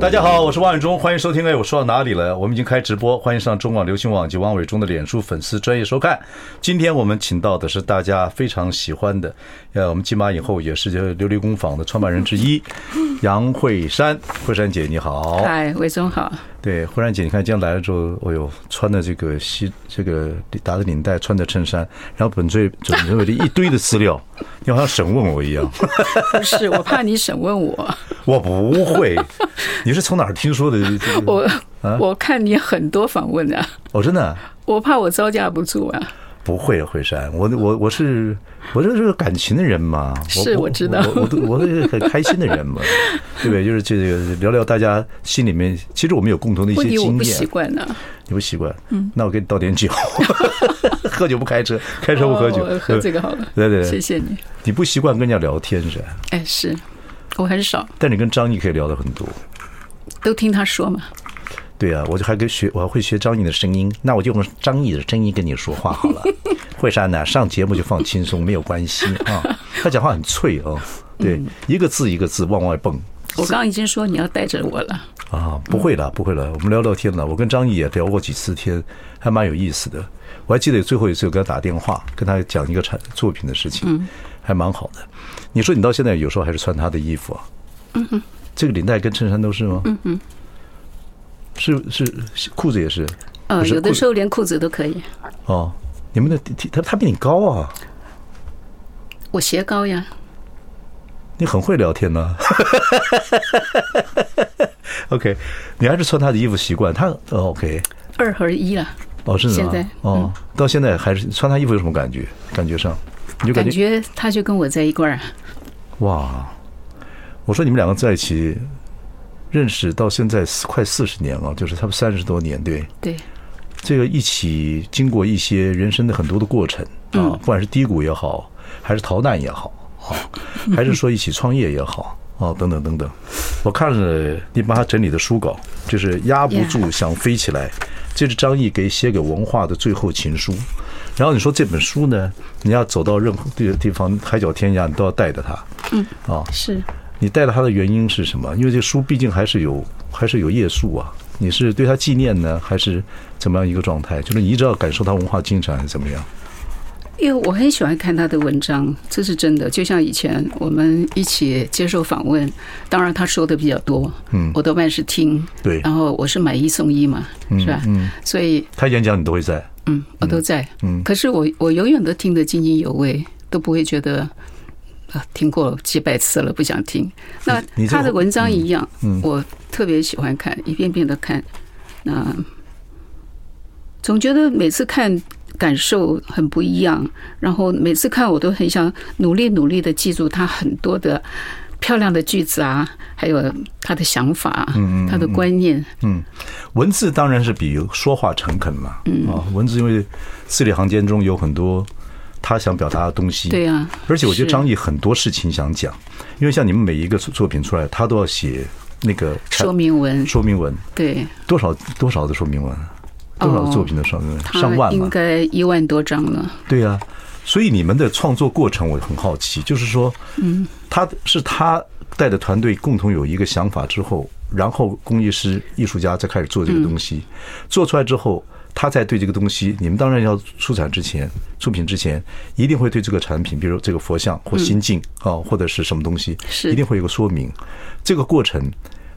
大家好，我是王伟忠，欢迎收听。哎，我说到哪里了？我们已经开直播，欢迎上中广流行网及王伟忠的脸书粉丝专业收看。今天我们请到的是大家非常喜欢的，呃，我们金马影后也是琉璃工坊的创办人之一，杨慧珊。慧珊姐，你好。嗨，伟 忠好。对，慧珊姐，你看今天来了之后，哎呦，穿的这个西，这个打着领带，穿着衬衫，然后本最准备了一堆的资料， 你好像审问我一样。 不是，我怕你审问我，我不会，你是从哪儿听说的？这个 我、啊我看你很多访问啊，哦，真的啊我怕我招架不住啊。不会的，慧珊，我我我是我这是个感情的人嘛，是我知道我我都我是很开心的人嘛，对不对？就是这个聊聊大家心里面，其实我们有共同的一些问题我经不习验，惯啊，你不习惯，嗯，那我给你倒点酒， 喝酒不开车，开车不喝酒，哦我喝这个好了。对对对谢谢你。你不习惯跟人家聊天是吧，哎，是我很少但你跟张译可以聊得很多。都听他说嘛。对啊，我就还跟学，我还会学张译的声音，那我就用张译的声音跟你说话 好了。慧珊呢，上节目就放轻松，没有关系啊。他讲话很脆哦，对，嗯一个字一个字往外蹦我刚刚已经说你要带着我了，啊，不会了，不会了，我们聊聊天了。我跟张译也聊过几次天，还蛮有意思的。我还记得最后一次给他打电话，跟他讲一个产作品的事情，还蛮好的。你说你到现在有时候还是穿他的衣服啊？这个领带跟衬衫都是吗？嗯嗯。是是，裤子也是。呃，不是有的裤子时候连裤子都可以，哦，你们的体他他比你高啊，我鞋高呀。你很会聊天呢、OK，你还是穿他的衣服习惯，他哦 OK，二合一了，哦是现吗在？嗯哦，到现在还是穿他衣服有什么感觉？感觉上，你就感感觉觉他就跟我在一块儿啊，哇，我说你们两个在一起认识到现在四快四十年了，就是他们三十多年对。对，这个一起经过一些人生的很多的过程啊，不管是低谷也好，还是逃难也好，啊，还是说一起创业也好，啊，等等等等。我看了你帮他整理的书稿，就是《压不住想飞起来》，这是张毅给写给文化的最后情书。然后你说这本书呢，你要走到任何地地方，海角天涯，你都要带着它。嗯，啊，是你带着它的原因是什么？因为这书毕竟还是有还是有页数啊。你是对它纪念呢，还是怎么样一个状态？就是你一直要感受它文化精神，还是怎么样？因为我很喜欢看他的文章，这是真的。就像以前我们一起接受访问，当然他说的比较多，嗯，我多半是听，对然后我是买一送一嘛，是吧？嗯，所以他演讲你都会在，嗯，我都在，嗯，可是我我永远都听得津津有味，都不会觉得。啊，听过几百次了，不想听。那你这他的个文章一样，我特别喜欢看，一遍遍的看。那总觉得每次看感受很不一样，然后每次看我都很想努力努力的记住他很多的漂亮的句子啊，还有他的想法，啊他的观念，文字当然是比说话诚恳嘛。嗯啊，文字因为字里行间中有很多他想表达的东西。对啊而且我觉得是张译很多事情想讲，因为像你们每一个作作品出来，他都要写那个说明文，说明文，对，多少多少的说明文啊，多少哦作品的说明文，他上万嘛应。该一万多张了。对呀、所以你们的创作过程我很好奇，就是说，嗯，他是他带着团队共同有一个想法之后，然后工艺师、艺术家再开始做这个东西，做出来之后，他再对这个东西，你们当然要出产之前、出品之前，一定会对这个产品，比如这个佛像或心境啊、或者是什么东西，是一定会有个说明。这个过程，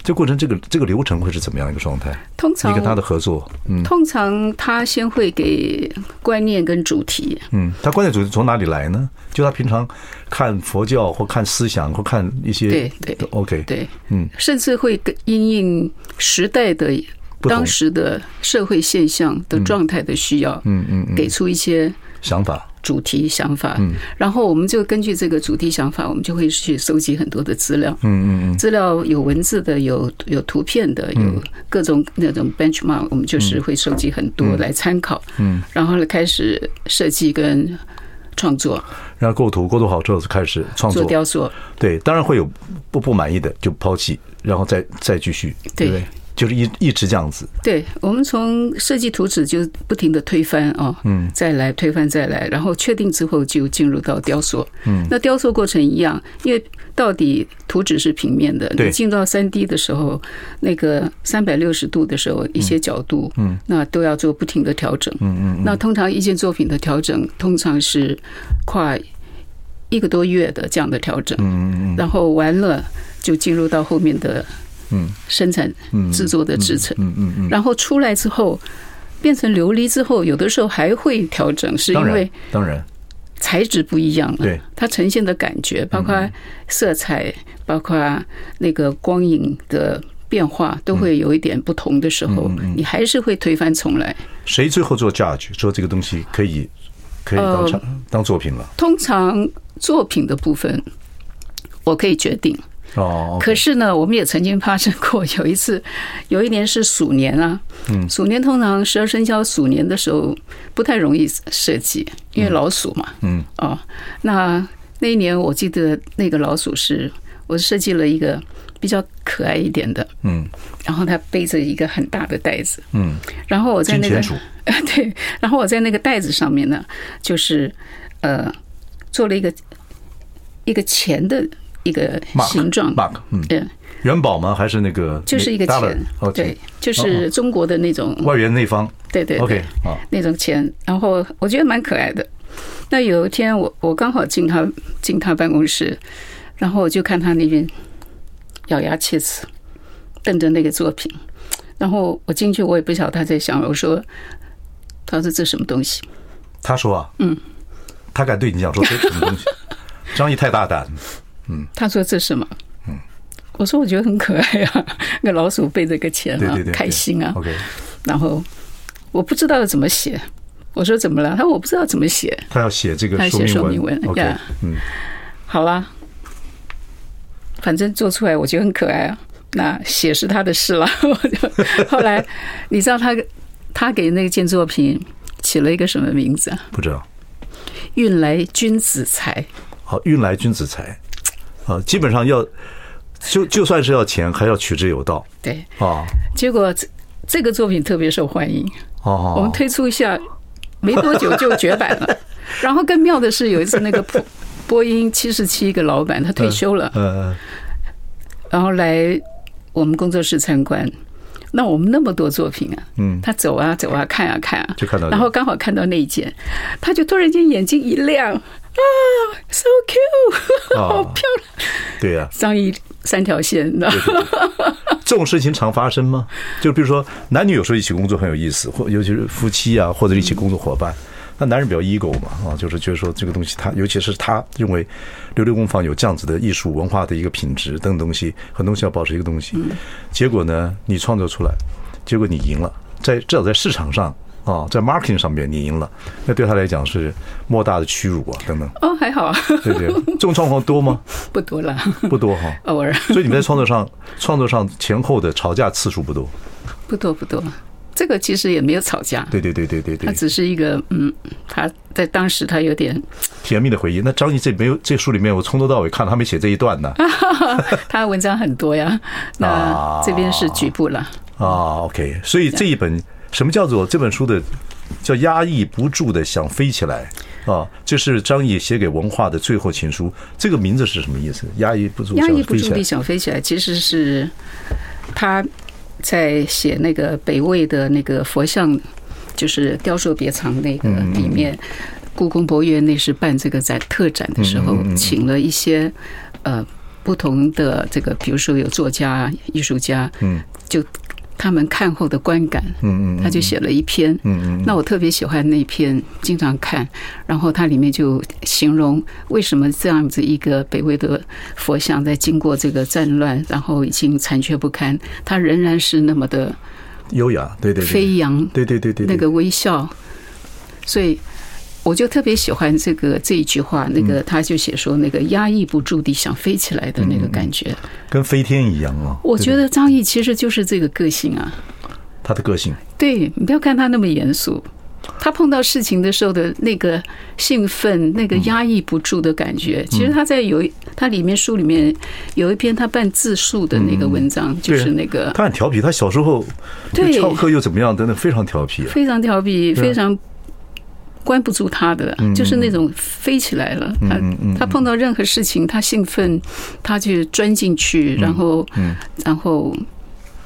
这过程这个这个流程会是怎么样一个状态？通常你跟他的合作，嗯通常他先会给观念跟主题，嗯，他观点主从哪里来呢？就他平常看佛教或看思想或看一些对对 OK 对，嗯，甚至会跟因应时代的不同当嗯时的社会现象的状态的需要，嗯嗯，给出一些想法主题想法，嗯然后我们就根据这个主题想法，我们就会去搜集很多的资料，嗯嗯嗯，资料有文字的，有有图片的，有各种那种 benchmark，我们就是会收集很多来参考，嗯，然后呢开始设计跟创作，然后构图，构图好之后就开始创做作，雕塑，对，当然会有不不满意的就抛弃，然后再再继续，对对不对？就是一一直这样子，对，我们从设计图纸就不停的推翻哦，嗯，再来推翻再来，然后确定之后就进入到雕塑。嗯，那雕塑过程一样，因为到底图纸是平面的，对你进到三 D 的时候，那个三百六十度的时候，一些角度，嗯，那都要做不停的调整。嗯嗯那通常一件作品的调整，通常是跨一个多月的这样的调整，嗯嗯然后完了就进入到后面的嗯生产嗯，制作的制成。嗯嗯嗯，然后出来之后变成琉璃之后，有的时候还会调整，是因当然为嗯当然，材质不一样了。对，嗯它呈现的感觉，包括色彩，包括那个光影的变化，都会有一点不同的时候，嗯你还是会推翻重来。谁最后做 judge 说这个东西可以可以当场呃当作品了？通常作品的部分，我可以决定。哦，可是呢，我们也曾经发生过有一次， 有一年是鼠年啊，嗯鼠年通常十二生肖鼠年的时候不太容易设计，因为老鼠嘛，嗯哦，那那一年我记得那个老鼠是我设计了一个比较可爱一点的，嗯然后它背着一个很大的袋子，嗯，然后我在金那个钱鼠， 对，然后我在那个袋子上面呢，就是呃做了一个一个钱的一个 Mark，形状， bug，嗯，对。元宝吗？还是那个就是一个 dollar？钱哦，，对，就是中国的那种，外援那方对对对，OK，啊，那种钱。然后我觉得蛮可爱的。那有一天我我刚好进他进他办公室，然后我就看他那边咬牙切齿瞪着那个作品，然后我进去我也不晓得他在想，我说。他说：“这什么东西他说啊，嗯，他敢对你讲说这是什么 东西？张毅太大胆，？”他说：“这什么？”嗯我说：“我觉得很可爱啊， 那个老鼠背着个钱对啊对对，，开心啊。对，OK，然后我不知道怎么写，我说怎么了？他说我不知道怎么写。他要写这个他要说写明说明文哎，OK，呀嗯，好啦，反正做出来我觉得很可爱啊。那写是他的事了。我就 后来你知道他他给那件作品起了一个什么名字啊？不知道。运来君子才。好，运来君子才，啊，基本上要就就算是要钱，还要取之有道对，啊，结果这这个作品特别受欢迎。我们哦，推出一下，没多久就绝版了。然后更妙的是，有一次那个波波音七十七个老板他退休了，呃，然后来我们工作室参观。那我们那么多作品啊，嗯，他走啊走啊，看啊看啊，就看到这个然后刚好看到那一件，他就突然间眼睛一亮啊，so cute，、啊好漂亮，对呀、张一三条线的，这种事情常发生吗？就比如说男女有时候一起工作很有意思，或尤其是夫妻啊，或者一起工作伙伴。那男人比较 ego 嘛，啊，就是觉得说这个东西他，尤其是他认为六六工坊有这样子的艺术文化的一个品质等东西，很多东西要保持一个东西。结果呢，你创作出来，结果你赢了，在至少在市场上啊，在 marketing 上面你赢了，那对他来讲是莫大的屈辱啊，等等，哦，还好啊， 对不对？ 这种状况多吗？不多了，不多哈、偶尔所以你们在创作上，创作上前后的吵架次数不多。不多不多，这个其实也没有吵架，对对对对对他对，只是一个嗯，他在当时他有点，甜蜜的回忆。那张毅这没有这书里面，我从头到尾看了他没写这一段呢。啊他文章很多呀，那啊这边是局部了，啊，OK，所以这一本什么叫做这本书的叫压抑不住的想飞起来啊？这是张毅写给文化的最后情书。这个名字是什么意思？压抑不住，压想抑不飞住起来地。想飞起来，其实是他在写那个北魏的那个佛像，就是雕塑别藏那嗯个里面，故宫博物院那是办这个展特展的时候，嗯请了一些呃不同的这个，比如说有作家、艺术家，嗯，就他们看后的观感，嗯嗯他就写了一篇，嗯嗯那我特别喜欢那篇，经常看。然后它里面就形容为什么这样子一个北魏的佛像，在经过这个战乱，然后已经残缺不堪，它仍然是那么的嗯，优雅，对对对，飞扬对对对对，对那个微笑。所以我就特别喜欢这个这一句话，那嗯个他就写说那个压抑不住地想飞起来的嗯那个感觉。跟飞天一样啊。我觉对得张译其实就是这个个性啊。他的个性，对你不要看他那么严肃，他碰到事情的时候的那个兴奋、那个压抑不住的感觉，其实他在有一他里面书里面有一篇他办自述的那个文章，就是那个他很调皮。他小时候又对翘课又怎么样，等等，非常调皮啊。非常调皮，对啊非常关不住他的，就是那种飞起来了。他他碰到任何事情，他兴奋，他就钻进去，然后然后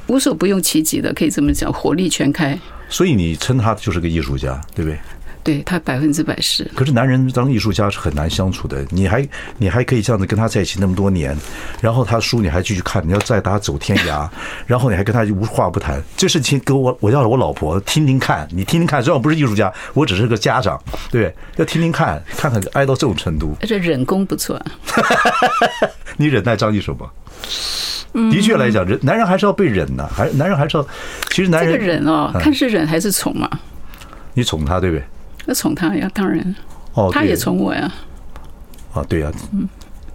无所不用其极的，可以这么讲，火力全开。所以你称他就是个艺术家，对不对？对他百分之百是。可是男人当艺术家是很难相处的，你还你还可以这样子跟他在一起那么多年，然后他书你还继续看，你要载他走天 涯，然后你还跟他无话不谈，这事情给我我要我老婆听听看，你听听看，虽然我不是艺术家，我只是个家长，对不对，要听听看，看看爱到这种程度，而且忍功不错啊，你忍耐张艺什么？嗯的确来讲，人男人还是要被忍的，还男人还是嗯要，其实男这个人忍哦，看是忍还是宠嘛？你宠他对不对？那宠他呀，当然，哦，他对也宠我呀。啊，对呀、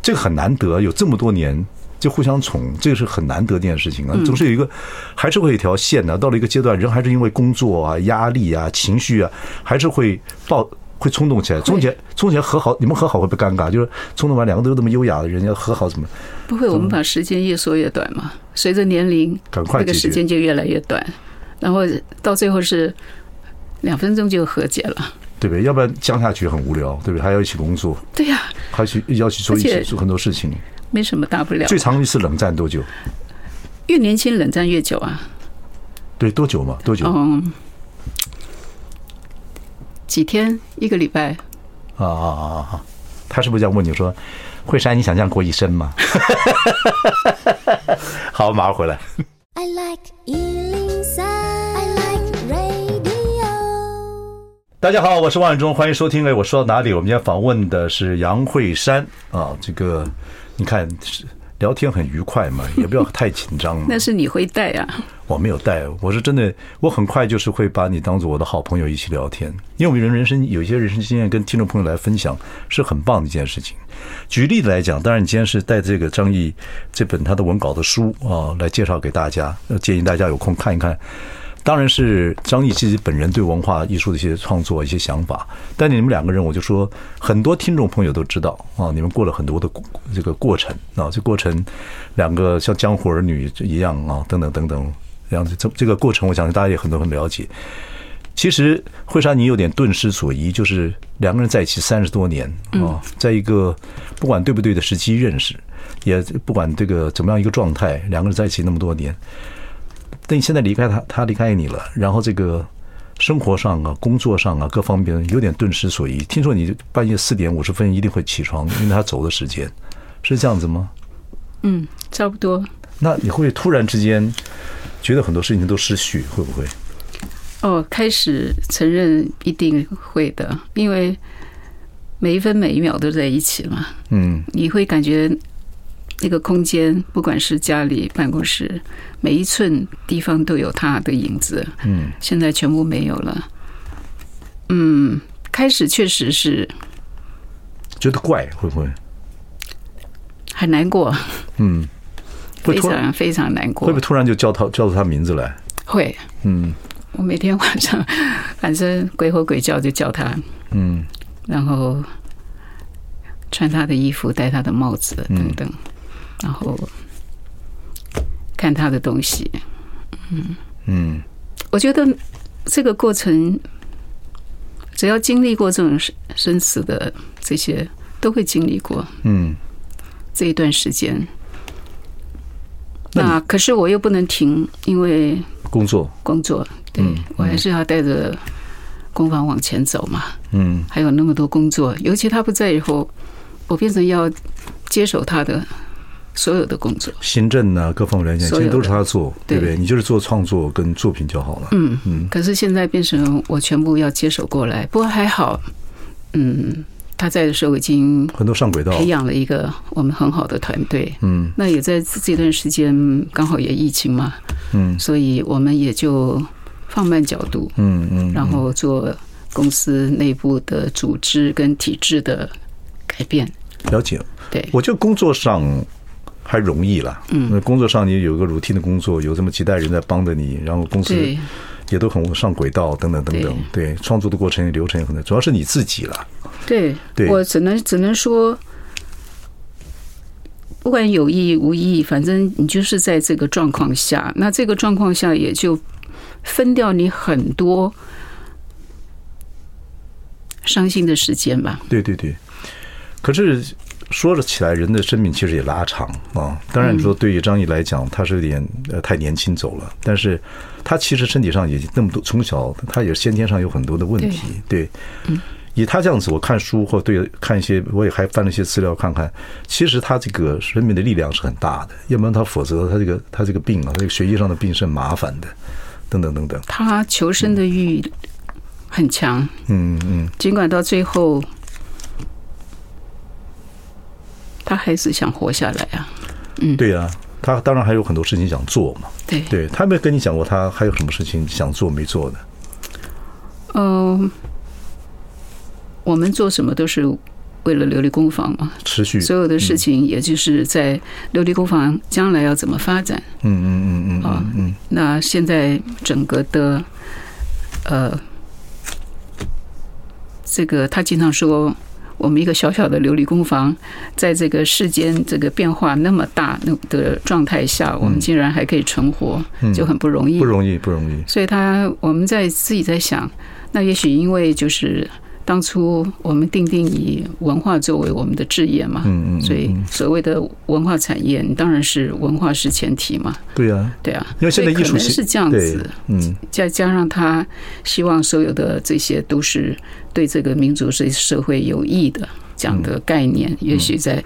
这个很难得，有这么多年就互相宠，这个是很难得的一件事情嗯啊。总是有一个，还是会有一条线的、到了一个阶段，人还是因为工作啊、压力啊、情绪啊，还是会爆。会冲动起来，冲起来，冲起来和好，你们和好会不会尴尬？就是冲动完，两个都这么优雅的人，要和好怎么？不会，我们把时间越缩越短嘛，随着年龄，赶快那解个决时间就越来越短，然后到最后是两分钟就和解了。对不对？要不然僵下去很无聊，对不对？还要一起工作，对呀、还去要去做而一且起做很多事情。没什么大不了。最长一次冷战多久？越年轻冷战越久啊，对，多久嘛？多久嗯，几天一个礼拜，啊啊啊啊啊！他是不是这样问你说：“慧珊，你想这样过一生吗？” 好，马上回来。 I like Ealing Sound. I like radio. 大家好，我是王永忠，欢迎收听。哎，我说到哪里？我们今天访问的是杨慧珊啊，这个你看是聊天很愉快嘛，也不要太紧张嘛 那。是你会带啊，我没有带，我是真的，我很快就是会把你当做我的好朋友一起聊天，因为我们人人生有一些人生经验跟听众朋友来分享是很棒的一件事情。举例子来讲，当然你今天是带这个张毅这本他的文稿的书啊来介绍给大家，呃建议大家有空看一看。当然是张毅自己本人对文化艺术的一些创作、一些想法。但你们两个人，我就说，很多听众朋友都知道啊，你们过了很多的过这个过程啊，这过程，两个像江湖儿女一样啊，等等等等，然后这这个过程，我想大家也很多很了解。其实惠珊，你有点顿失所依，就是两个人在一起三十多年啊，在一个不管对不对的时机认识，也不管这个怎么样一个状态，两个人在一起那么多年，但你现在离开他，他离开你了，然后这个生活上啊、工作上啊各方面有点顿失所依。听说你半夜四点五十分一定会起床，因为他走的时间，是这样子吗？嗯，差不多。那你会突然之间觉得很多事情都失序，会不会？哦，开始承认一定会的，因为每一分每一秒都在一起嘛，嗯，你会感觉那个空间，不管是家里、办公室，每一寸地方都有他的影子。嗯，现在全部没有了。嗯，开始确实是觉得怪会不会？很难过，嗯，会非突然常非常难过。会不会突然就叫他叫出他名字来？会嗯我每天晚上 反正鬼吼鬼叫就叫他，嗯，然后穿他的衣服、戴他的帽子嗯等等，然后看他的东西。嗯嗯，我觉得这个过程，只要经历过这种生生死的这些，都会经历过嗯，这一段时间。那你那可是我又不能停，因为工作，工作，对、嗯我还是要带着工坊往前走嘛。嗯还有那么多工作，尤其他不在以后，我变成要接手他的所有的工作。行政啊各方面来讲，所现有在的都是他做，对对不对？你就是做创作跟作品就好了。嗯嗯。可是现在变成我全部要接手过来，不过还好，嗯，他在的时候已经很多上轨道，培养了一个我们很好的团队。嗯那也在这这段时间刚好也疫情嘛，嗯所以我们也就放慢角度，嗯嗯，然后做公司内部的组织跟体制的改变。了解。对，我觉得工作上还容易了，嗯，那工作上你有个 routine 的工作，有这么几代人在帮着你，然后公司对也都很上轨道，等等等等，对，创作的过程流程也很，主要是你自己了，对，对我只能只能说，不管有意无意，反正你就是在这个状况下，那这个状况下也就分掉你很多伤心的时间吧。对对对。可是说着起来，人的生命其实也拉长啊。当然，你说对于张译来讲，他是有点呃太年轻走了，但是他其实身体上也那么多，从小他也先天上有很多的问题，对。以他这样子，我看书或对看一些，我也还翻了一些资料看看。其实他这个生命的力量是很大的，要不然他否则他这个他这个病啊，这个学业上的病是很麻烦的，等等等等。他求生的欲很强，嗯嗯，尽管到最后。他还是想活下来啊！对呀、他当然还有很多事情想做嘛。对，对他有没有跟你讲过他还有什么事情想做没做的？嗯，我们做什么都是为了琉璃工坊嘛，持续，所有的事情也就是在琉璃工坊将来要怎么发展。嗯嗯嗯嗯啊嗯嗯，那现在整个的，呃，这个他经常说，我们一个小小的琉璃工坊，在这个世间这个变化那么大那的状态下，我们竟然还可以存活，就很不容易嗯不。容易，不容易。所以他我们在自己在想，那也许因为就是当初我们定定以文化作为我们的置业嘛，嗯嗯嗯所以所谓的文化产业，你当然是文化是前提嘛，对呀，对啊，因为现在所以艺术可能形是这样对子，，嗯，再加上他希望所有的这些都是对这个民族、对社会有益的这样的概念，也许在。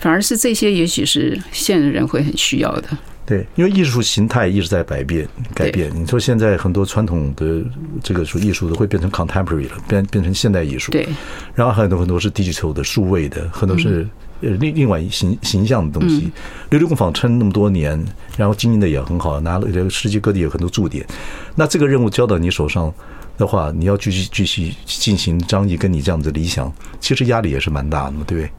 反而是这些，也许是现在人会很需要的。对，因为艺术形态一直在改变，改变。你说现在很多传统的这个说艺术都会变成 contemporary 了，变变成现代艺术。对，然后还有很多很多是 digital 的数位的，很多是呃另另外一形形象的东西。琉璃工坊撑那么多年，然后经营的也很好，拿了世界各地有很多驻点。那这个任务交到你手上的话，你要继续继续进行张毅跟你这样子的理想，其实压力也是蛮大的嘛，对不对？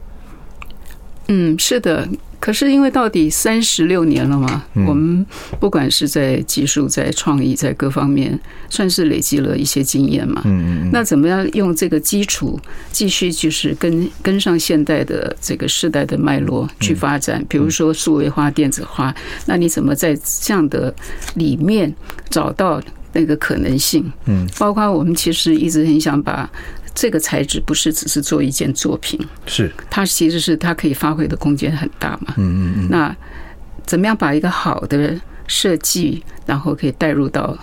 嗯，是的。可是因为到底三十六年了嘛，嗯我们不管是在技术、在创意、在各方面，算是累积了一些经验嘛。嗯嗯那怎么样用这个基础继续就是跟跟上现代的这个时代的脉络去发嗯展？比如说数位化、电子化，那你怎么在这样的里面找到那个可能性？嗯，包括我们其实一直很想把这个材质不是只是做一件作品，是，它其实是它可以发挥的空间很大嘛。嗯嗯嗯。那怎么样把一个好的设计，然后可以带入到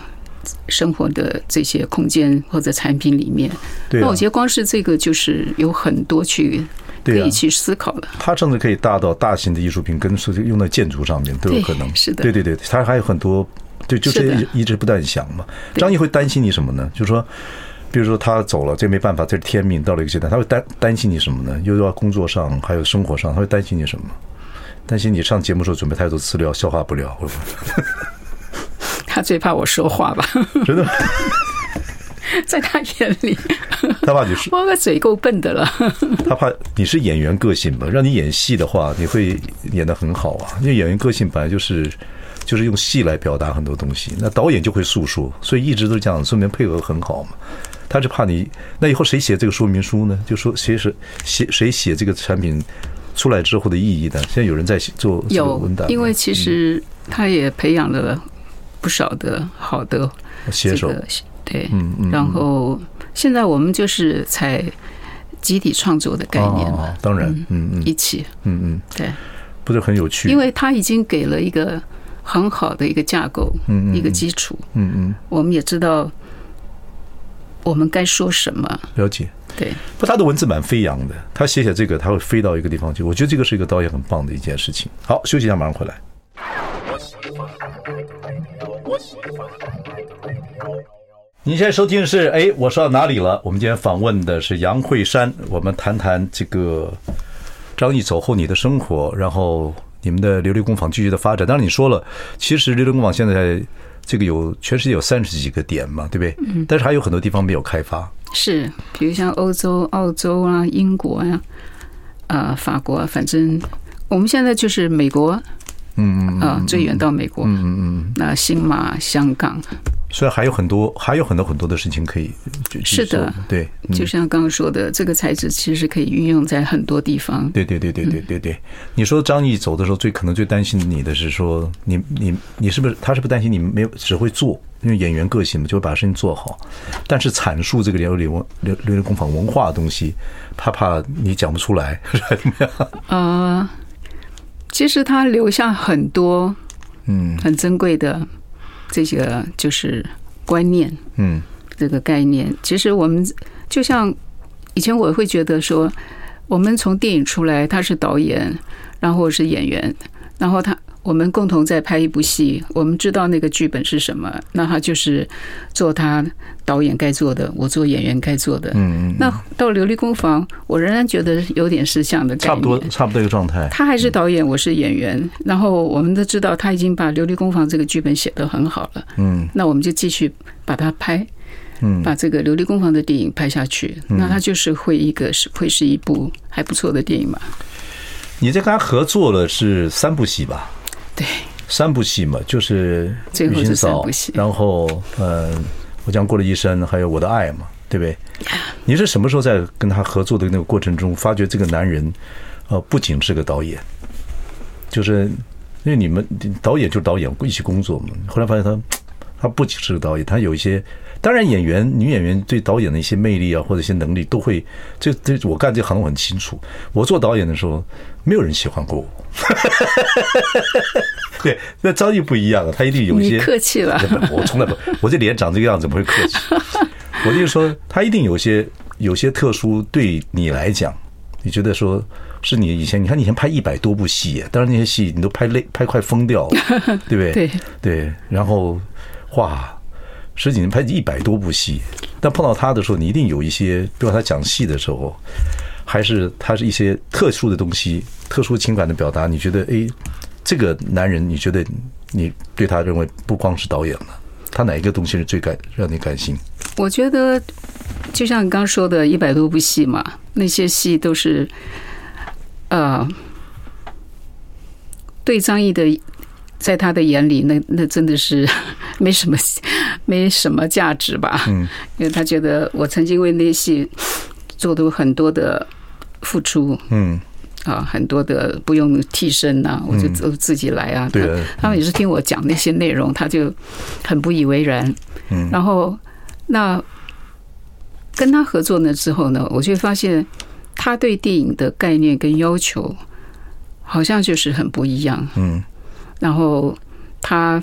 生活的这些空间或者产品里面？对那啊我，觉得光是这个就是有很多去可对啊以，去思考的。它甚至可以大到大型的艺术品跟是用在建筑上面都有可能。对是的对对对，它还有很多，对，就是的是一直不断想嘛。对张毅会担心你什么呢？就是说，比如说他走了，这没办法，这是天命，到了一个阶段，他会担担心你什么呢？又要工作上，还有生活上，他会担心你什么？担心你上节目的时候准备太多资料，消化不了，会不会？他最怕我说话吧， 真的，在他眼里，他怕你是，我个嘴够笨的了。 他怕你是演员个性吧？让你演戏的话，你会演得很好啊，因为演员个性本来就是就是用戏来表达很多东西。那导演就会诉说，所以一直都是这样，说明配合很好嘛。他是怕你，那以后谁写这个说明书呢？就说谁是写谁写这个产品出来之后的意义呢？现在有人在写做这个有文档，吗，因为其实嗯他也培养了不少的好的写手这个对，嗯嗯嗯然后现在我们就是采集体创作的概念嘛，哦当然，嗯嗯一起嗯嗯，对，不是很有趣，因为他已经给了一个很好的一个架构，嗯嗯一个基础，嗯嗯我们也知道我们该说什么，了解。对，不，他的文字蛮飞扬的，他写写这个，他会飞到一个地方去。我觉得这个是一个导演很棒的一件事情。好，休息一下，马上回来。您现在收听的是，哎，我说到哪里了？我们今天访问的是杨慧珊，我们谈谈这个张毅走后你的生活，然后你们的琉璃工坊继续的发展。当然你说了，其实琉璃工坊现在这个有全世界有三十几个点嘛，对不对？嗯。但是还有很多地方没有开发，是，比如像欧洲、澳洲啊、英国啊、呃法国啊，反正我们现在就是美国，嗯嗯嗯呃，最远到美国，嗯嗯嗯。那新马、香港，虽然还有很多，还有很多很多的事情可以去去是的做对，嗯就像刚刚说的，这个材质其实可以运用在很多地方。对对对对对对对，嗯你说张毅走的时候，最可能最担心你的是说，你你你是不是他是不是担心你没有只会做，因为演员个性嘛，就会把事情做好，但是阐述这个琉璃文琉琉璃工坊文化的东西，他怕你讲不出来， 是吧怎么样？呃，其实他留下很多嗯很珍贵的这个就是观念，嗯这个概念。其实我们就像以前我会觉得说，我们从电影出来，他是导演，然后我是演员，然后他我们共同在拍一部戏，我们知道那个剧本是什么，那他就是做他导演该做的，我做演员该做的。嗯嗯，那到琉璃工坊，我仍然觉得有点是这样的概念，差不多差不多一个状态，他还是导演，我是演员，然后我们都知道他已经把《琉璃工坊》这个剧本写得很好了，嗯那我们就继续把它拍，嗯把这个《琉璃工坊》的电影拍下去，那它就是会一个是会是一部还不错的电影嘛？你在跟他合作了是三部戏吧？对，三部戏嘛，就是最后旅行这三嫂部戏然后呃，我讲过了一生，还有我的爱嘛，对不对？你是什么时候在跟他合作的那个过程中，发觉这个男人，呃，不仅是个导演，就是因为你们导演就导演一起工作嘛，后来发现他。他不仅是个导演，他有一些，当然演员、女演员对导演的一些魅力啊，或者一些能力，都会，这这我干这行我很清楚。我做导演的时候，没有人喜欢过我， 对，那张毅不一样啊，他一定有一些你客气啊了， 我从来不，我这脸长这个样子不会客气。我就是说，他一定有些有些特殊，对你来讲，你觉得说是你以前，你看你以前拍一百多部戏耶，当然那些戏你都拍累，拍快疯掉了，对不对？对对，然后哇，十几年拍一百多部戏，但碰到他的时候，你一定有一些，比如他讲戏的时候，还是他是一些特殊的东西、特殊情感的表达，你觉得哎，这个男人，你觉得你对他认为不光是导演了，他哪一个东西是最感让你感心？我觉得就像你刚说的，一百多部戏嘛，那些戏都是呃，对张译的，在他的眼里，那那真的是 没什么没什么价值吧。嗯，因为他觉得我曾经为那些戏做出很多的付出嗯，啊，很多的不用替身呐、我就都自己来 啊。对啊，他们也是听我讲那些内容，他就很不以为然。嗯然后那跟他合作呢之后呢，我就发现他对电影的概念跟要求好像就是很不一样。嗯然后他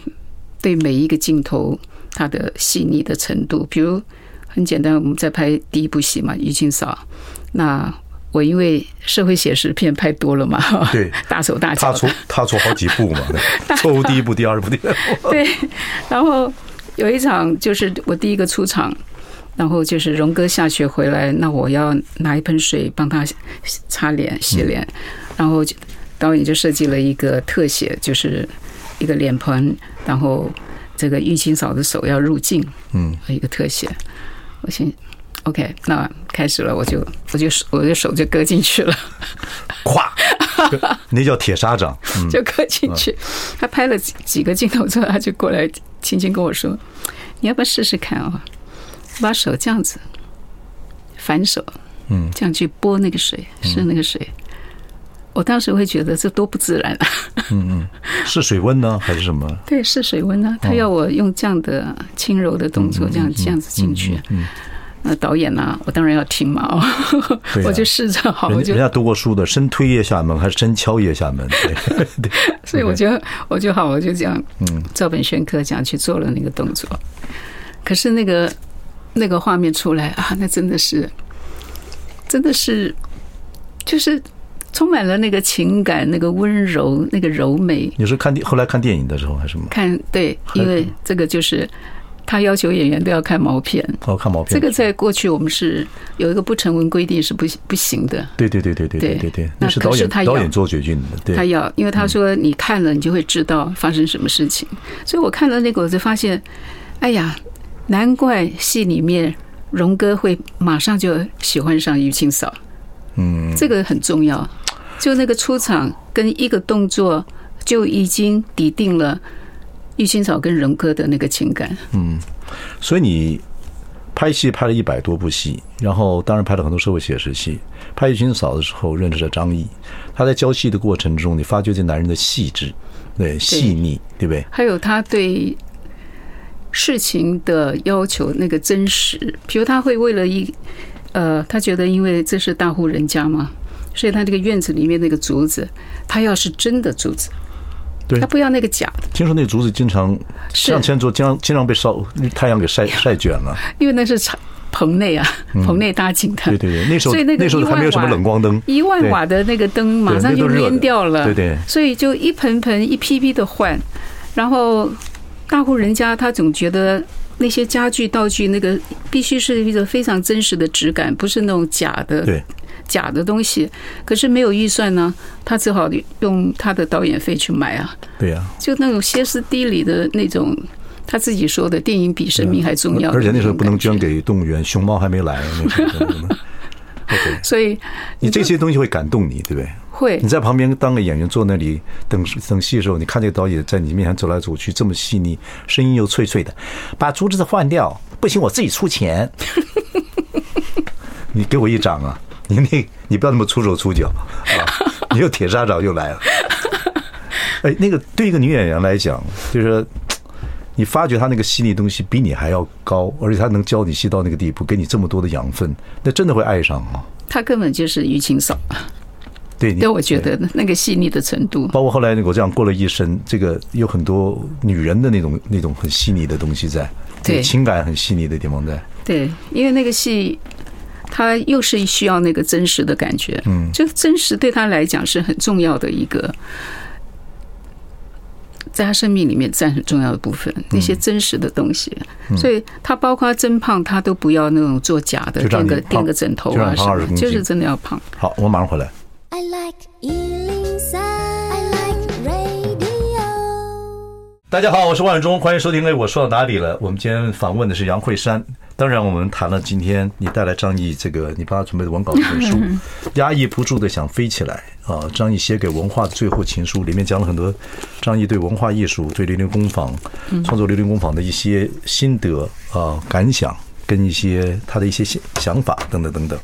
对每一个镜头他的细腻的程度，比如很简单，我们在拍第一部戏嘛，《于清嫂》，那。我因为社会写实片拍多了嘛，对 大手大踏脚的出踏出好几步 嘛，对错误第一步、第二步、第三步，对， 然后有一场就是我第一个出场，然后就是荣哥下雪回来，那我要拿一盆水帮他擦脸、洗脸，然后就导演就设计了一个特写，就是一个脸盆，然后这个玉清嫂的手要入镜，嗯，一个特写，我先。OK，那开始了，我就我就我的手就搁进去了， 咵，那叫铁砂掌，嗯，就搁进去。 他拍了几几个镜头之后，他就过来轻轻跟我说：“你要不要试试看啊？把手这样子反手，嗯，这样去拨那个水，试那个水。我当时会觉得这多不自然啊！是水温呢还是什么？对，试水温嗯啊，他要我用这样的轻柔的动作，这样这样子嗯进去。那导演呢、啊我当然要听嘛哦，对啊 我就试着好，人哦我家就人家读过书的，深推腋下门还是深敲腋下门？ 对对，所以我就我就好，我就这样，嗯，照本宣科这样去做了那个动作。可是那个那个画面出来啊，那真的是，真的是，就是充满了那个情感、那个温柔、那个柔美。你是看电后来看电影的时候还是什么？看对，还因为这个就是他要求演员都要看毛片。哦，看毛片。这个在过去我们是有一个不成文规定是不行不行的，对对对对对对对对对，那那是可导是演他导要演做决定的，他对要，因为他说你看了你就会知道发生什么事情，所以我看了那个我就发现，哎呀，难怪戏里面荣哥会马上就喜欢上于清嫂，嗯，这个很重要，就那个出场跟一个动作就已经抵定了玉清嫂跟荣哥的那个情感，所以你拍戏拍了一百多部戏，然后当然拍了很多社会写实戏。拍《玉清嫂》的时候认识了张译，他在教戏的过程中，你发掘这男人的细致，对细腻，对不对？还有他对事情的要求那个真实，比如他会为了一呃，他觉得因为这是大户人家嘛，所以他这个院子里面那个竹子，他要是真的竹子，对他不要那个假的，听说那竹子经常是上千座，经常经常被烧太阳给晒晒卷 了。因为那是厂棚内啊，棚内搭景的，嗯对对对，那时候所以那个时候还没有什么冷光灯，一万瓦的那个灯马上就对那都热的蔫掉了，对对所以就一盆盆一批批的换，然后大户人家他总觉得那些家具道具那个必须是一个非常真实的质感，不是那种假的对假的东西。可是没有预算呢，他只好用他的导演费去买啊，对呀、就那种歇斯底里的那种。他自己说的，电影比生命还重要。而且那时候不能捐，给动物园，熊猫还没来。那时候 OK，所以你这些东西会感动你，对不对？会你在旁边当个演员坐那里等等戏的时候，你看这个导演在你面前走来走去，这么细腻，声音又脆脆的，把竹子换掉，不行我自己出 钱。你给我一掌啊！你那，你不要那么出手出脚啊！你又铁砂掌又 来了。哎，那个对一个女演员来讲，就是说你发觉她那个细腻东西比你还要高，而且她能教你细到那个地步，给你这么多的养分，那真的会爱上啊！他根本就是舆情嫂。嗯对，你 对，我觉得那个细腻的程度，包括后来我这样过了一生，这个有很多女人的那种那种很细腻的东西在，对有情感很细腻的地方在。对，因为那个戏，它又是需要那个真实的感觉，嗯，就真实对他来讲是很重要的一个，在他生命里面占很重要的部分，嗯那些真实的东西，所以他包括增胖，他都不要那种做假的，就让垫你个垫胖个枕头就让啊你什胖20么公，斤就是真的要胖。好，我马上回来。 I like Ealing Sound. I like radio. 大家好，我是万永忠，欢迎收听。哎，我说到哪里了？我们今天访问的是杨慧珊。当然，我们谈了今天你带来张译这个你帮他准备的文稿这本书，《压抑不住的想飞起来》啊，张译写给文化的最后情书，里面讲了很多张译对文化艺术、对零零工坊、创作零零工坊的一些心得啊、感想。跟一些他的一些想想法等等等等。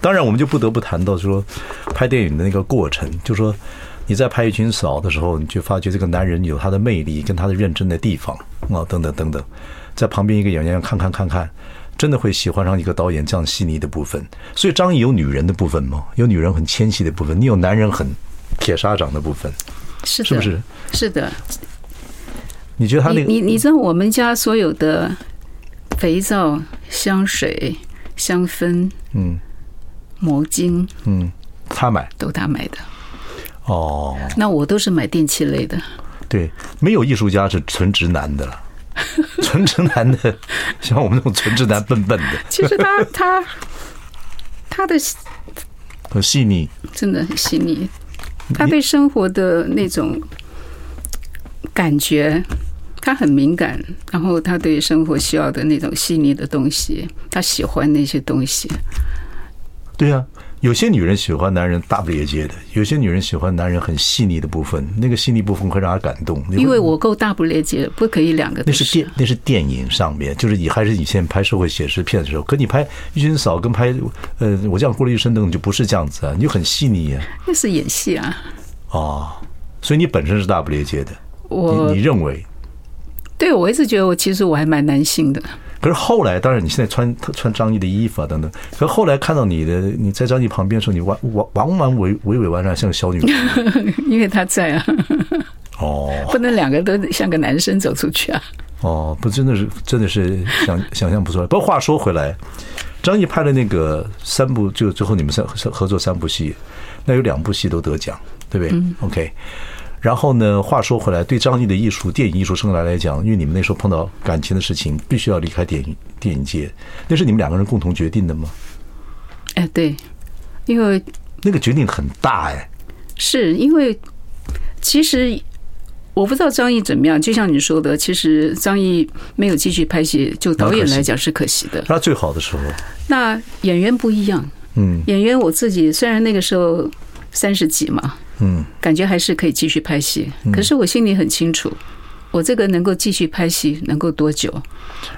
当然，我们就不得不谈到说拍电影的那个过程，就说你在拍《一群嫂》的时候，你就发觉这个男人有他的魅力跟他的认真的地方啊，等等等等。在旁边一个演员看看看看，真的会喜欢上一个导演这样细腻的部分。所以张译有女人的部分吗？有女人很纤细的部分，你有男人很铁砂掌的部分，是的，是不是？是的，你觉得他那你个你你知道我们家所有的肥皂、香水、香氛、嗯毛巾嗯，他买都他买的，哦，那我都是买电器类的。对，没有艺术家是纯直男的了。纯直男的，像我们这种纯直男笨笨的，其实 他他他的很细腻。真的很细腻，他对生活的那种感觉，他很敏感，然后他对生活需要的那种细腻的东西，他喜欢那些东西。对呀、有些女人喜欢男人大不列接的，有些女人喜欢男人很细腻的部分，那个细腻部分会让她感动。因为我够大不列解，不可以两个都那是电那是电影上面，就是以还是以前拍社会写实片的时候，可你拍《玉君嫂》跟拍呃我这样过了一生等等就不是这样子啊，你就很细腻啊，那是演戏啊。哦，所以你本身是大不列接的，我你你认为？对我一直觉得我其实我还蛮男性的， 可是后来，当然你现在穿穿张译的衣服啊等等，可后来看到你的你在张译旁边的时候，你完完完完委委委婉婉像个小女 人因为他在啊，哦。不能两个都像个男生走出去啊。哦，不，真的是，真的是想 想象不出来。不过话说回来，张译拍的那个三部，就最后你们三合合作三部戏，那有两部戏都得奖，对不对、o k 然后呢，话说回来，对张译的艺术、电影艺术生涯来讲，因为你们那时候碰到感情的事情，必须要离开电影电影界，那是你们两个人共同决定的吗？哎，对，因为那个决定很大哎，是因为其实我不知道张译怎么样，就像你说的，其实张译没有继续拍戏，就导演来讲是可惜的。他最好的时候，那演员不一样，嗯演员我自己虽然那个时候三十几嘛，嗯，感觉还是可以继续拍戏，可是我心里很清楚，我这个能够继续拍戏能够多久？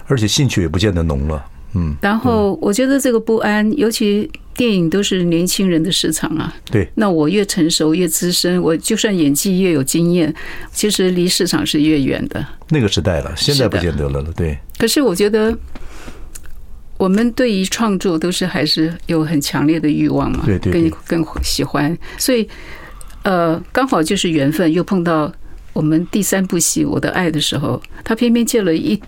而且兴趣也不见得浓了，嗯，然后我觉得这个不安，尤其电影都是年轻人的市场啊。对，那我越成熟越资深，我就算演技越有经验，其实离市场是越远的。那个时代了，现在不见得了了，对，可是我觉得，我们对于创作都是还是有很强烈的欲望嘛，对对对更更喜欢，所以呃，刚好就是缘分，又碰到我们第三部戏《我的爱》的时候，他偏偏借了一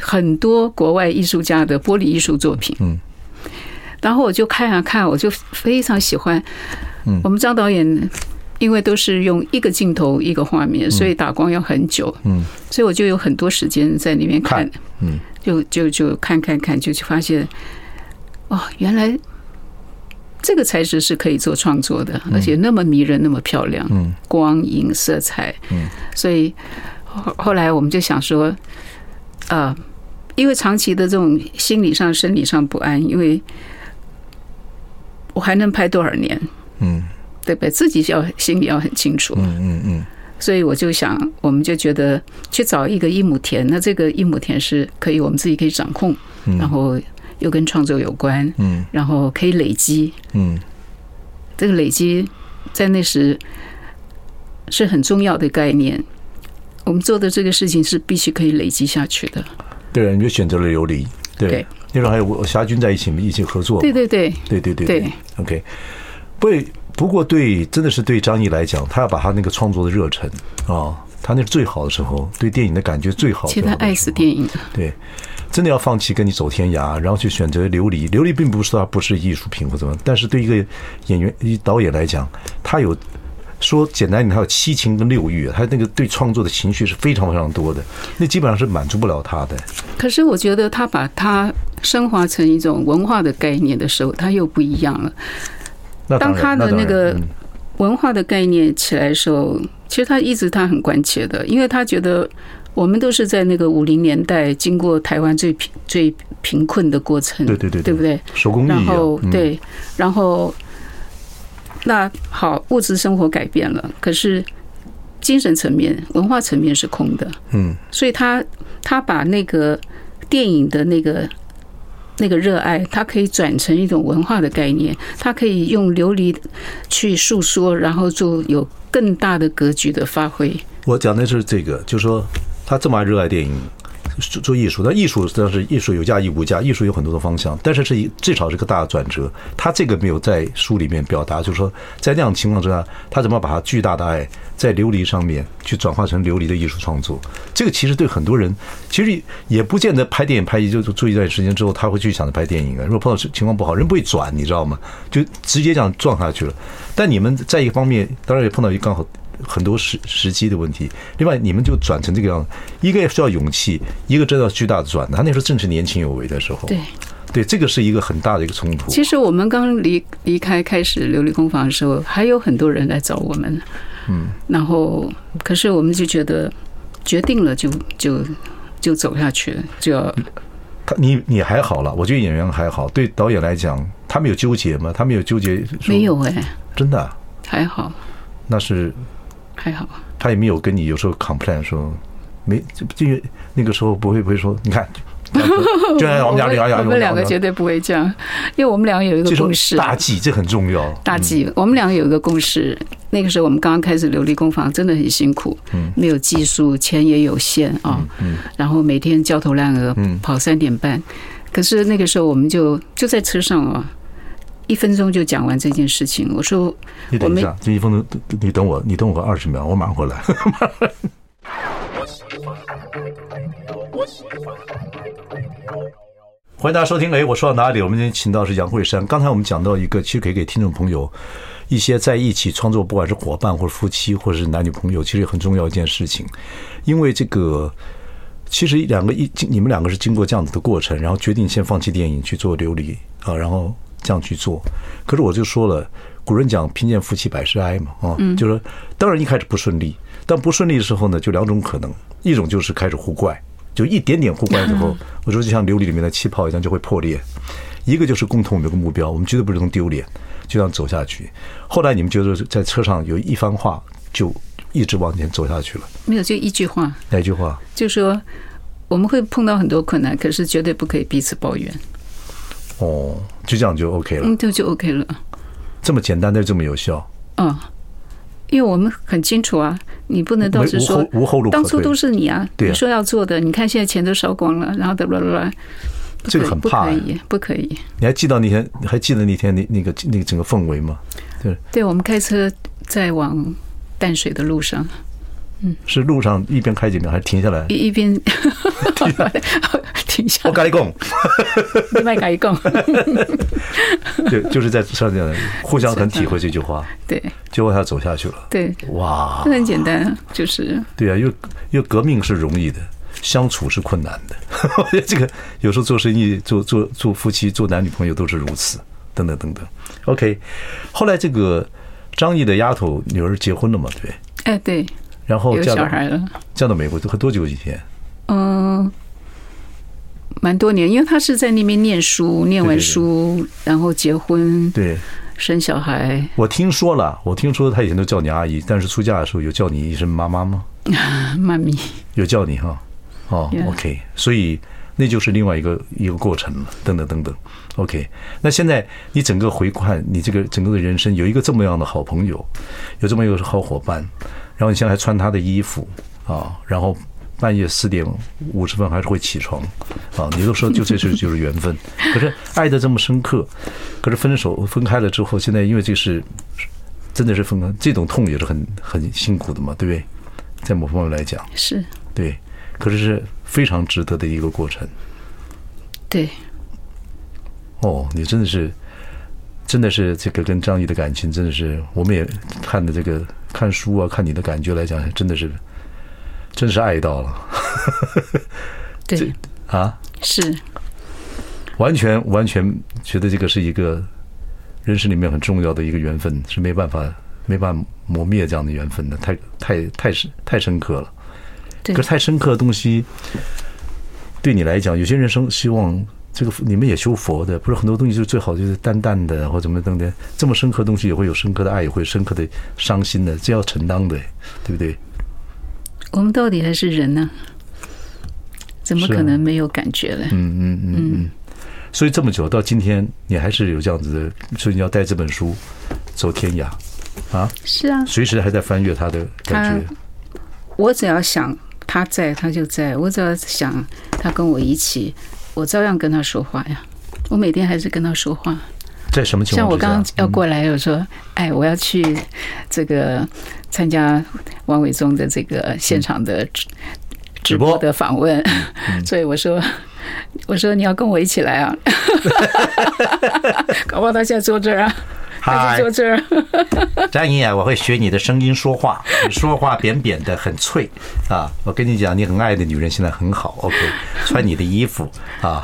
很多国外艺术家的玻璃艺术作品，嗯，然后我就看啊看，我就非常喜欢，嗯我们张导演。因为都是用一个镜头一个画面，所以打光要很久，嗯，所以我就有很多时间在里面看看嗯，就就就看看看，就就发现，哦，原来这个材质是可以做创作的，而且那么迷人，那么漂亮，嗯，光影色彩，嗯，所以后后来我们就想说，呃，因为长期的这种心理上、生理上不安，因为我还能拍多少年？嗯，对不对？自己要心里要很清楚，嗯嗯嗯，所以我就想，我们就觉得去找一个一亩田，那这个一亩田是可以我们自己可以掌控，然后又跟创作有关，嗯然后可以累积，嗯，这个累积在那时是很重要的概念。我们做的这个事情是必须可以累积下去的，对，你就选择了琉璃，对对，那时候还有我霞军在一起，一起合作嘛，对对对，对对对对 OK，不过不过对，真的是对张译来讲，他要把他那个创作的热忱啊，他那是最好的时候，对电影的感觉最好的其时实候。他爱死电影了，对，真的要放弃跟你走天涯，然后去选择琉璃。琉璃并不是说它不是艺术品或怎么样，但是对一个演员、一导演来讲，他有说简单一点，他有七情跟六欲，他那个对创作的情绪是非常非常多的，那基本上是满足不了他的。可是我觉得他把它升华成一种文化的概念的时候，他又不一样了。那当当他然，的当那然个嗯文化的概念起来的时候，其实他一直他很关切的，因为他觉得我们都是在那个五零年代经过台湾最贫最贫困的过程，对对对对对不对？手工艺然啊后，嗯，对，然后那好，物质生活改变了，可是精神层面、文化层面是空的，嗯所以他他把那个电影的那个那个热爱，它可以转成一种文化的概念，它可以用琉璃去诉说，然后就有更大的格局的发挥。我讲的是这个，就说他这么爱热爱电影，做做艺术，那艺术但是艺术有价亦无价，艺术有很多的方向，但是是一至少是个大的转折。他这个没有在书里面表达，就是说在那样的情况之下，他怎么把他巨大的爱在琉璃上面去转化成琉璃的艺术创作？这个其实对很多人其实也不见得拍电影拍一就就做一段时间之后，他会去想着拍电影啊。如果碰到情况不好，人不会转，你知道吗？就直接这样撞下去了。但你们在一个方面，当然也碰到一个刚好。很多时时机的问题。另外，你们就转成这个样子，一个也需要勇气，一个真的要巨大的转。他那时候正是年轻有为的时候，对，对，这个是一个很大的一个冲突。其实我们刚离离开开始琉璃工坊的时候，还有很多人来找我们，嗯，然后可是我们就觉得决定了就就就走下去，就要他你你还好了，我觉得演员还好。对导演来讲，他们有纠结吗？他们有纠结？没，有哎、真的啊，还好那是还好。他也没有跟你有时候 complain 说没，这这个那个时候不会不会说，你看，就就像我们俩哎聊聊， 我们两个觉绝对不会这样，因为我们两个有一这个种共识，大忌，这很重要。大忌。我们两个有一个共识，那个时候我们刚刚开始琉璃工坊，真的很辛苦，没有技术，钱也有限啊，然后每天焦头烂额，跑三点半。可是那个时候我们就就在车上啊，一分钟就讲完这件事情。我说你等一我下，这一分钟，你等我，你等我个二十秒，我马上回来。 欢迎大家收听。哎，我说到哪里？我们今天请到是杨慧珊。刚才我们讲到一个，其实可以给听众朋友一些在一起创作，不管是伙伴或者夫妻，或者是男女朋友，其实很重要一件事情。因为这个，其实两个一，你们两个是经过这样子的过程，然后决定先放弃电影去做琉璃啊，然后这样去做。可是我就说了，古人讲“贫贱夫妻百事哀”嘛，啊，就是说当然一开始不顺利，但不顺利的时候呢，就两种可能，一种就是开始互怪。就一点点互关之后，我说就像琉璃里面的气泡一样，就会破裂。一个就是共同有个目标，我们绝对不能丢脸，就这样走下去。后来你们觉得在车上有一番话，就一直往前走下去了。没有就一句话，哪一句话？就说我们会碰到很多困难，可是绝对不可以彼此抱怨，哦，就这样就 OK 了，嗯，就就 OK 了。这么简单，但是这么有效。嗯，因为我们很清楚啊，你不能到时没无说后无后路可退当初都是你啊，对啊你说要做的，你看现在钱都烧光了，然后的啦啦啦，不可以这个很怕不可哎以，不可以。你还记得那天，还记得那天那那个那个整个氛围吗？对我们开车在往淡水的路上，是路上一边开几秒，还停下来？一 一边停下我，跟你讲，另外改供，对， 就是在上面互相很体会这句话， 对就往下走下去了。对，哇，这很简单啊，就是对啊，因为因为革命是容易的，相处是困难的。 我觉得这个有时候做生意、做做做夫妻、做男女朋友都是如此，等等等等。OK，后来这个张译的丫头女儿结婚了嘛，对不对，哎，对，然后有嫁小到孩了。嫁到美国，很多久以前？嗯，蛮多年，因为他是在那边念书，念对完对书然后结婚对生小孩，我听说了，我听说她以前都叫你阿姨，但是出嫁的时候有叫你一声妈妈吗？妈咪，有叫你哈，哦 Yeah ，OK，所以那就是另外一个一个过程了，等等等等，OK。那现在你整个回看你这个整个的人生，有一个这么样的好朋友，有这么一个好伙伴，然后你现在还穿他的衣服啊，然后半夜四点五十分还是会起床啊，你都说就这是就是缘分， 可是爱的这么深刻，可是分手分开了之后，现在因为这是真的是分开，这种痛也是很很辛苦的嘛，对不对？在某方面来讲。是对，可是是非常值得的一个过程。对，哦，你真的是，真的是这个跟张译的感情，真的是我们也看的这个看书啊，看你的感觉来讲，真的是，真是爱到了对，啊！是，完全完全觉得这个是一个人生里面很重要的一个缘分，是没办法没办法磨灭这样的缘分的，太太太深太深刻了。对可是太深刻的东西，对你来讲，有些人生希望这个你们也修佛的，不是很多东西就是最好就是淡淡的或怎么等等，这么深刻的东西也会有深刻的爱，也会有深刻的伤心的，这要承担的，对不对？我们到底还是人呢、怎么是啊可能没有感觉嘞？嗯嗯嗯嗯。所以这么久到今天，你还是有这样子的，所以你要带这本书走天涯啊，是啊，随时还在翻阅它的感觉。我只要想他在，他就在；我只要想他跟我一起，我照样跟他说话呀。我每天还是跟他说话。在什么情像况我之下？嗯刚嗯刚呃要过来，我说，哎，我要去这个参加王伟忠的这个现场的直直直播播的访问， 所以我说，我说你要跟我一起来 啊，搞不好他现在坐这儿啊，他嗨就坐这儿，张莹啊，我会学你的声音说话，你说话扁扁的，很脆啊！我跟你讲，你很爱的女人现在很好，OK，穿你的衣服啊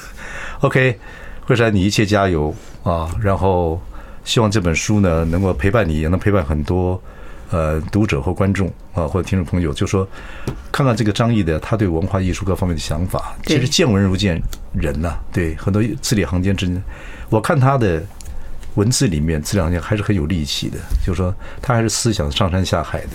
，OK，慧珊，你一切加油啊！然后希望这本书呢，能够陪伴你，也能陪伴很多呃读者或观众啊，或者听众朋友，就说看看这个张译的他对文化艺术各方面的想法，对其实见文如见人呐、对，很多字里行间之间，我看他的。文字里面，字里行间还是很有力气的，就是说他还是思想上山下海的，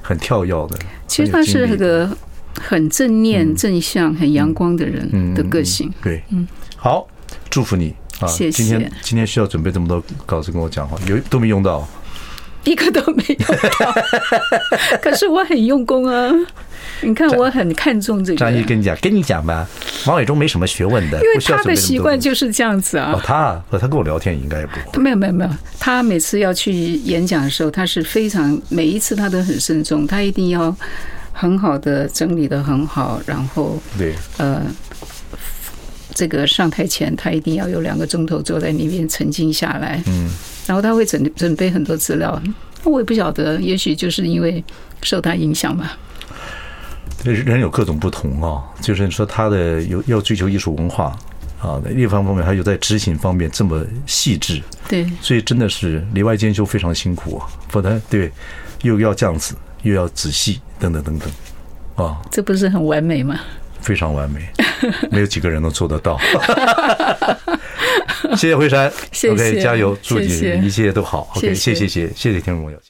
很跳跃的。其很实他有精是力那的个很正念、正向、很阳光的人的个性。对，嗯，好，祝福你啊！谢今天谢今天需要准备这么多稿子跟我讲话，有都没用到。一个都没有 到。可是我很用功啊，你看我很看重这个，张毅因跟你讲，跟你讲吧，王伟忠没什么学问的，为不需要他准备的这么习多惯东西就是这样子哦啊，。他啊哦他跟我聊天应该也不会。没有没有没有，他每次要去演讲的时候，他是非常每一次他都很慎重，他一定要嗯很好的整理的很好，然后对，呃这个上台前，他一定要有两个钟头坐在那边沉静下来。嗯，然后他会准准备很多资料，我也不晓得，也许就是因为受他影响吧。对人有各种不同啊，就是你说他的有要追求艺术文化啊，另一方面还有在执行方面这么细致，对，所以真的是里外兼修非常辛苦啊，否则对又要这样子，又要仔细等等等等啊，这不是很完美吗？非常完 美，没有几个人能做得到。谢谢惠山谢谢，OK，加油，祝谢谢你一切都好。OK，谢谢谢谢谢谢听众朋友。谢谢